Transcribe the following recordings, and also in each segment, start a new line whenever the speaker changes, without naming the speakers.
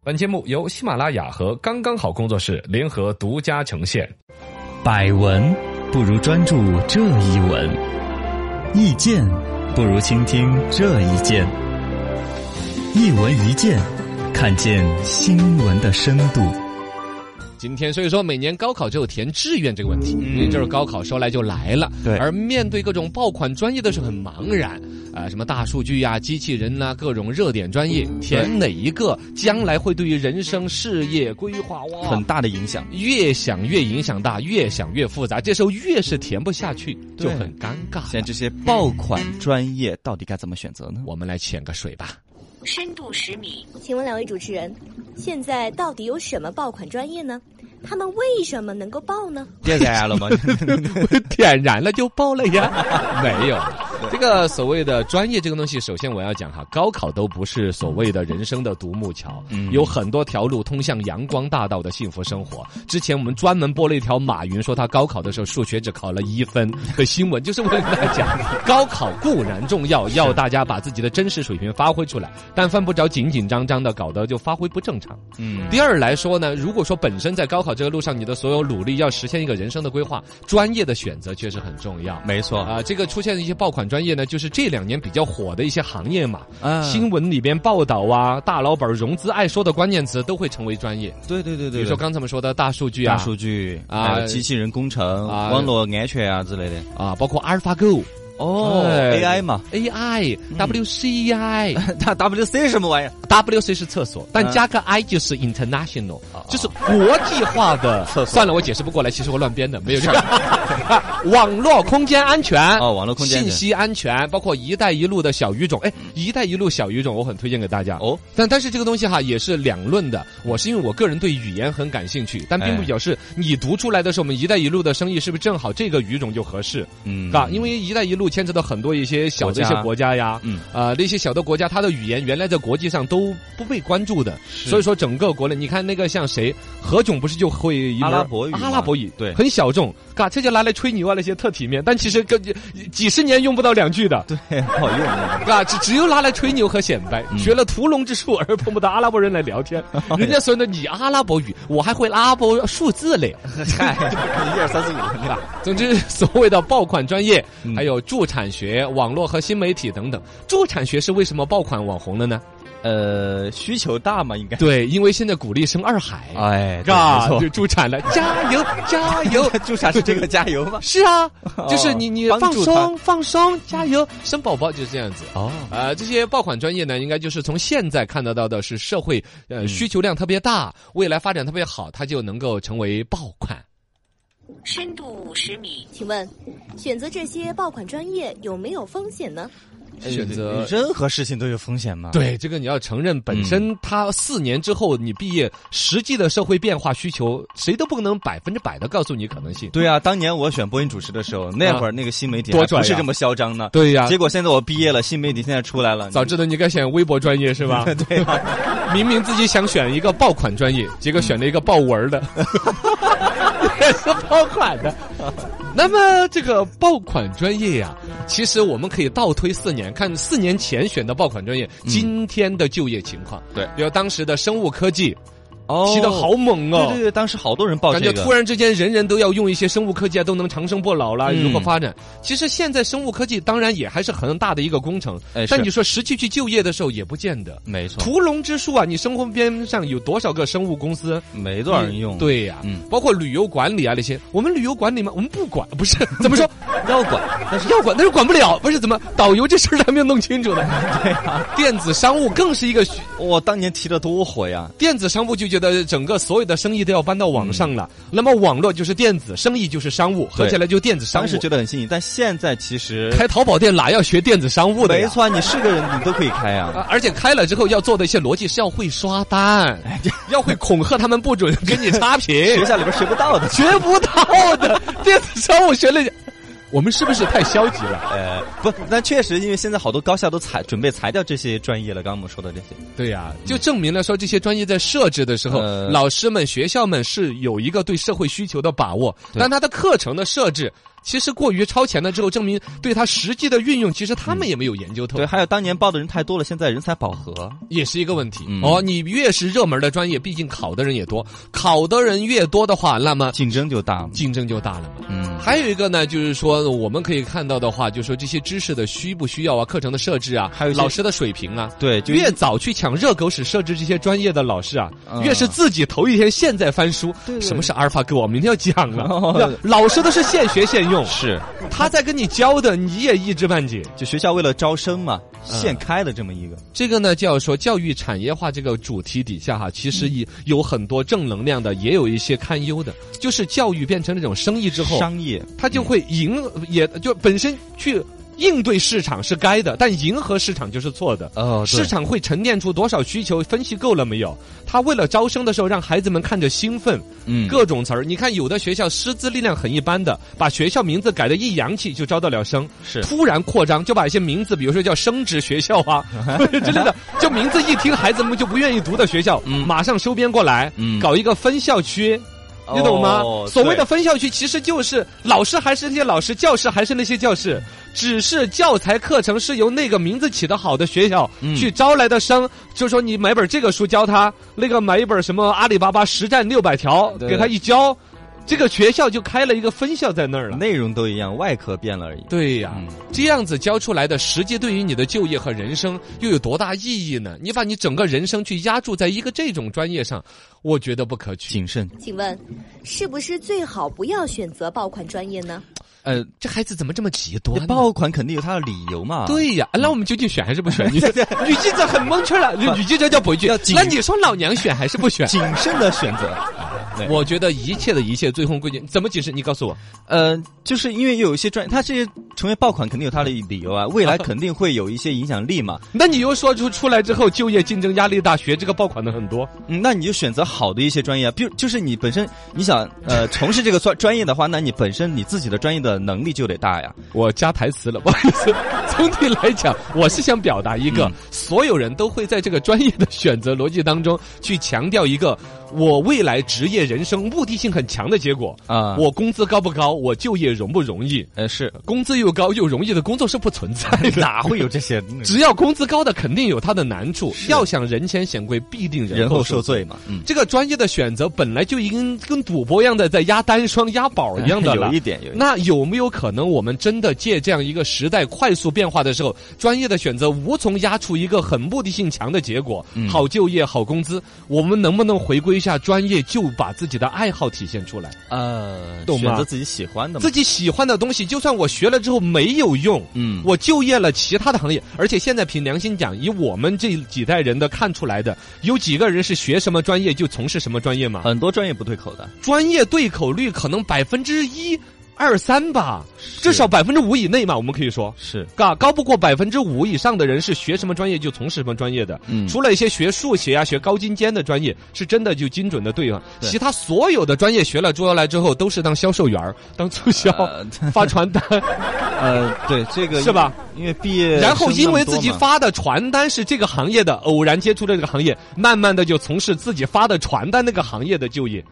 本节目由喜马拉雅和刚刚好工作室联合独家呈现。
百闻不如专注这一闻，意见不如倾听这一见。一闻一见，看见新闻的深度。
今天，所以说每年高考就有填志愿这个问题，
嗯
因为就是高考说来就来了。
对
而面对各种爆款专业的时候很茫然啊、什么大数据呀、机器人呐、各种热点专
嗯
业，填哪一个将来会对于人生事业规划哇
很大的影响。
越想越影响大，越想越复杂，这时候越是填不下去，就
对
很尴尬
现在
了。
这些爆款专业到底该怎么选择呢？
我们来潜个水吧。
深度十米，
请问两位主持人，现在到底有什么爆款专业呢？他们为什么能够爆呢？
点燃了吗？
点燃了就爆了呀？ 没有。这个所谓的专业这个东西，首先我要讲哈，高考都不是所谓的人生的独木桥，有很多条路通向阳光大道的幸福生活。之前我们专门播了一条马云说他高考的时候数学只考了一分的新闻，就是为了大家讲，高考固然重要，要大家把自己的真实水平发挥出来，但犯不着紧紧张张的，搞得就发挥不正常。
嗯，
第二来说呢，如果说本身在高考这个路上，你的所有努力要实现一个人生的规划，专业的选择确实很重要。
没错
啊、这个出现的一些爆款专业呢，就是这两年比较火的一些行业嘛，
啊
新闻里边报道啊，大老板融资爱说的关键词都会成为专业，
对对对
比
对，
如说刚才我们说的大数据啊，
大数据
啊
还有机器人工程、
啊
网络安全啊之类的。
啊，包括阿尔法狗、
哦
对
，AI 嘛，
AI、WCI、
它 WC 什么玩意儿？
WC 是厕所，但
嗯哦
加个 I 就是 international，、就是国际化的
厕所
算了，我解释不过来，其实我乱编的，没有这个。 网络空间安全
哦网络空间安全
信息安全，包括“一带一路”的小语种。哎，“一带一路”小语种我很推荐给大家。
哦，
但但是这个东西哈也是两论的。我是因为我个人对语言很感兴趣，但并不
哎
表示你读出来的时候，我们“一带一路”的生意是不是正好这个语种就合适？
嗯
啊，因为“一带一路”牵扯到很多一些小的一些
国家
国家呀，
嗯
啊，那些小的国家，它的语言原来在国际上都不被关注的，所以说整个国内，你看那个像谁，何炅不是就会一门
阿拉伯语嘛啊
阿拉伯语
对
很小众，嘎，这就拿来吹牛啊那些特体面，但其实跟几十年用不到两句 的，
对，不好用啊。
嘎，只只有拿来吹牛和显摆，
嗯
学了屠龙之术而碰不到阿拉伯人来聊 天，人家说呢，你阿拉伯语，我还会阿拉伯数字嘞，
嗨，一二三四五，
吧？ 总之，所谓的爆款专业，还有助产学、网络和新媒体等等。助产学是为什么爆款网红了呢？
呃，需求大嘛，应该。
对，因为现在鼓励生二孩，
哎，对
嘎
没错
就助产了，加 油，加油！
助产是这个加油嘛？
是啊，就是你你
帮
放
助他
松放松，加油，生宝宝就是这样子。
哦，
呃，这些爆款专业呢，应该就是从现在看得到的是社会呃需求量特别大，未来发展特别好，它就能够成为爆款。
深度五十米，
请问，选择这些爆款专业有没有风险呢？
选择
任何事情都有风险嘛？
对，这个你要承认，本
嗯
身他四年之后你毕业，实际的社会变化需求，谁都不能百分之百的告诉你可能性。
对啊，当年我选播音主持的时候，那会儿那个新媒体
啊多
还
拽
不是
呀
这么嚣张呢。
对呀
结果现在我毕业了，新媒体现在出来了，
早知道你该选微博专业是吧？
对啊，
明明自己想选一个爆款专业，结果选了一个爆文儿的， 是爆款的。那么这个爆款专业呀、其实我们可以倒推四年，看四年前选的爆款专业，今天的就业情况。
嗯对
比如当时的生物科技
哦
提的好猛哦，
对对对，当时好多人哦报这
感
个，
觉突然之间人人都要用一些生物科技啊，都能长生不老啦，
嗯
如何发展？其实现在生物科技当然也还是很大的一个工程
哎，
但
是嗯
你说实际去就业的时候也不见得。
没错，
屠龙之术啊，你生活边上有多少个生物公司？
没多少人用，，
对呀、
嗯
包括旅游管理啊那些，我们旅游管理嘛，我们不管， 不是怎么说
要管，
但是要管，但是管不了，不是怎么导游这事儿还没有弄 清楚呢。对
啊
电子商务更是一个
我当年提的多火呀，
电子商务就觉得整个所有的生意都要搬到网上了，
嗯
那么网络就是电子，生意就是商务，合起来就电子商务
当时。觉得很新颖，但现在其实
开淘宝店哪要学电子商务的呀
没错，你是个人你都可以开啊，
啊而且开了之后要做的一些逻辑是要会刷单，要会恐吓他们不准给你差评，
哎 学校里边学不到的，
学不到的。电子商务学了，我们是不是太消极了？
呃，不，但确实因为现在好多高校都裁准备裁掉这些专业了，刚刚我们说的这些，
对呀、就证明了说这些专业在设置的时候，
呃
老师们、学校们是有一个对社会需求的把握，但他的课程的设置其实过于超前了之后，证明对它实际的运用，其实他们也没有研究透。
对，还啊有当年报的人太多了，现在人才饱和。
也是一个问题、
嗯
哦。你越是热门的专业，毕竟考的人也多，考的人越多的话，那么
竞争就大嘛。
竞争就大了嘛。
嗯，
还有一个呢，就是说我们可以看到的话，就是说这些知识的需不需要啊，课程的设置啊，
还有一些
老师的水平啊。
对，就
越早去抢热狗屎设置这些专业的老师啊，越是自己头一天现在翻书，什么是阿尔法狗，我明天要讲 了。
哦
对吧老师都是现学现用，
是
他在跟你教的，你也一知半解。
就学校为了招生嘛，
嗯
现开了这么一个。
这个呢，就要说教育产业化这个主题底下哈，其实也有很多正能量的，也有一些堪忧的。就是教育变成那种生意之后，
商业
它就会迎，也就本身去应对市场是该的，但迎合市场就是错的。
哦
市场会沉淀出多少需求？分析够了没有？他为了招生的时候，让孩子们看着兴奋，
嗯
各种词儿。你看，有的学校师资力量很一般的，把学校名字改的一洋气就招得了生，
是
突然扩张，就把一些名字，比如说叫升职学校 啊之类的，就名字一听孩子们就不愿意读的学校，
嗯
马上收编过来，
嗯
搞一个分校区。你懂吗？
哦
所谓的
对
分校区，其实就是老师还是那些老师，教室还是那些教室，只是教材课程是由那个名字起得好的学校、
嗯
去招来的生，就说你买本这个书教他，那个买一本什么阿里巴巴实战六百条
对
给他一教，这个学校就开了一个分校在那儿了。
内容都一样，外壳变了而已。
对呀、
嗯
这样子教出来的，实际对于你的就业和人生又有多大意义呢？你把你整个人生去压注在一个这种专业上，我觉得不可取。
谨慎，
请问，是不是最好不要选择爆款专业呢？
呃，
这孩子怎么这么极端呢？
爆款肯定有它的理由嘛。，
对呀、啊那我们究竟选还是不选？女 女记者很蒙圈 了，女女记者叫不一句
要谨
那你说老娘选还是不选？
谨慎的选择。对
我觉得一切的一切，最后归结怎么解释？你告诉我，
呃，就是因为有一些专，它这些成为爆款肯定有它的理由啊，未来肯定会有一些影响力嘛。
那你又说出出来之后，就业竞争压力大，学这个爆款的很多，
嗯，那你就选择好的一些专业啊，比如就是你本身你想呃从事这个专专业的话，那你本身你自己的专业的能力就得大呀。
我加台词了，不好意思。总体来讲，我是想表达一个，所有人都会在这个专业的选择逻辑当中去强调一个我未来职业人生目的性很强的结果
啊
我工资高不高，我就业容不容易，
呃，是
工资又高又容易的工作是不存在的。
哪会有这些？
只要工资高的，肯定有它的难处。要想人前显贵，必定 人
人
后
后
受
受
罪。
罪嘛。嗯，
这个专业的选择本来就已经跟赌博一样的，在压单双、压宝一样的了
嗯 有一点有一点
那有没有可能，我们真的借这样一个时代快速变化的时候，专业的选择无从压出一个很目的性强的结果？
嗯
好就业、好工资，我们能不能回归一下专业，就把自己的爱好体现出来？
呃，
懂吗
选择自己喜欢的嘛
自。己喜欢的东西，就算我学了之后没有用，
嗯
我就业了其他的行业，而且现在凭良心讲，以我们这几代人的看出来的，有几个人是学什么专业就从事什么专业嘛？
很多专业不对口的，
专业对口率可能百分之一二三吧，至少百分之五以内嘛，我们可以说。
是
嘎，高不过百分之五以上的人是学什么专业就从事什么专业的，
嗯
除了一些学数学啊、学高精尖的专业，是真的就精准的对啊。
对
其他所有的专业学了出来之后，都是当销售员儿、当促销、
呃
发传单，
呃，对这个
是吧？
因为毕业，
然后因为自己，发的传单是这个行业的，偶然接触了这个行业，慢慢的就从事自己发的传单那个行业的就业。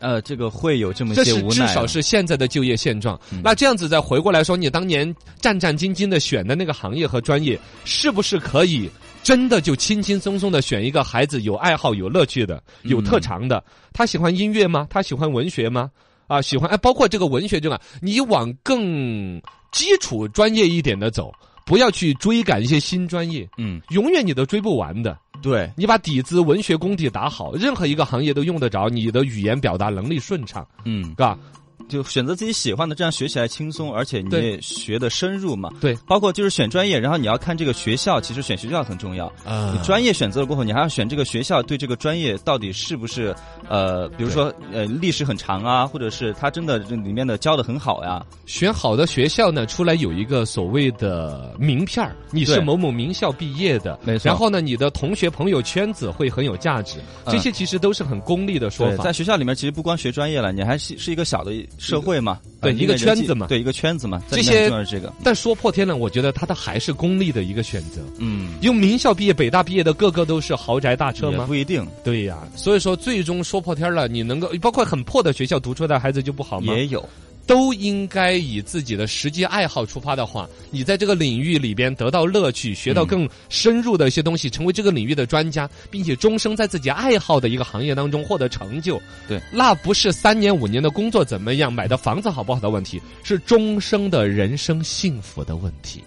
呃，这个会有这么一
这
些
是
无奈
至
啊。嗯
少是现在的就业现状。那这样子再回过来说，你当年战战兢兢的选的那个行业和专业，是不是可以真的就轻轻松松的选一个孩子有爱好、有乐趣的、
嗯
有特长的？他喜欢音乐吗？他喜欢文学吗？啊，喜欢哎，包括这个文学这个，你往更基础专业一点的走，不要去追赶一些新专业，
嗯，
永远你都追不完的。
对，
你把底子、文学功底打好，任何一个行业都用得着，你的语言表达能力顺畅，
嗯，
是吧？
就选择自己喜欢的，这样学起来轻松，而且你
对
也学的深入嘛。
对，
包括就是选专业，然后你要看这个学校，其实选学校很重要。
啊
你专业选择了过后，你还要选这个学校对这个专业到底是不是呃，比如说呃历史很长啊，或者是它真的这里面的教的很好呀。
选好的学校呢，出来有一个所谓的名片儿，你是
对
某某名校毕业的，
没错
然后呢，你的同学朋友圈子会很有价值，
嗯
这些其实都是很功利的说
对，
法
在。学校里面其实不光学专业了，你还是是一个小的社会嘛，
对
呃
一个
人际
圈子嘛
对一个圈子嘛，在
这
里面
些
重要是这个，
但说破天了，我觉得他的还是功利的一个选择。
嗯，
因为名校毕业、北大毕业的个个都是豪宅大车
也
吗
不？一定，
对呀、所以说最终说破天了，你能够包括很破的学校读出来的孩子就不好吗？
也有，
都应该以自己的实际爱好出发的话，你在这个领域里边得到乐趣，学到更深入的一些东西，成为这个领域的专家，并且终生在自己爱好的一个行业当中获得成就。
对，
那不是三年五年的工作怎么样，买的房子好不好的问题，是终生的人生幸福的问题。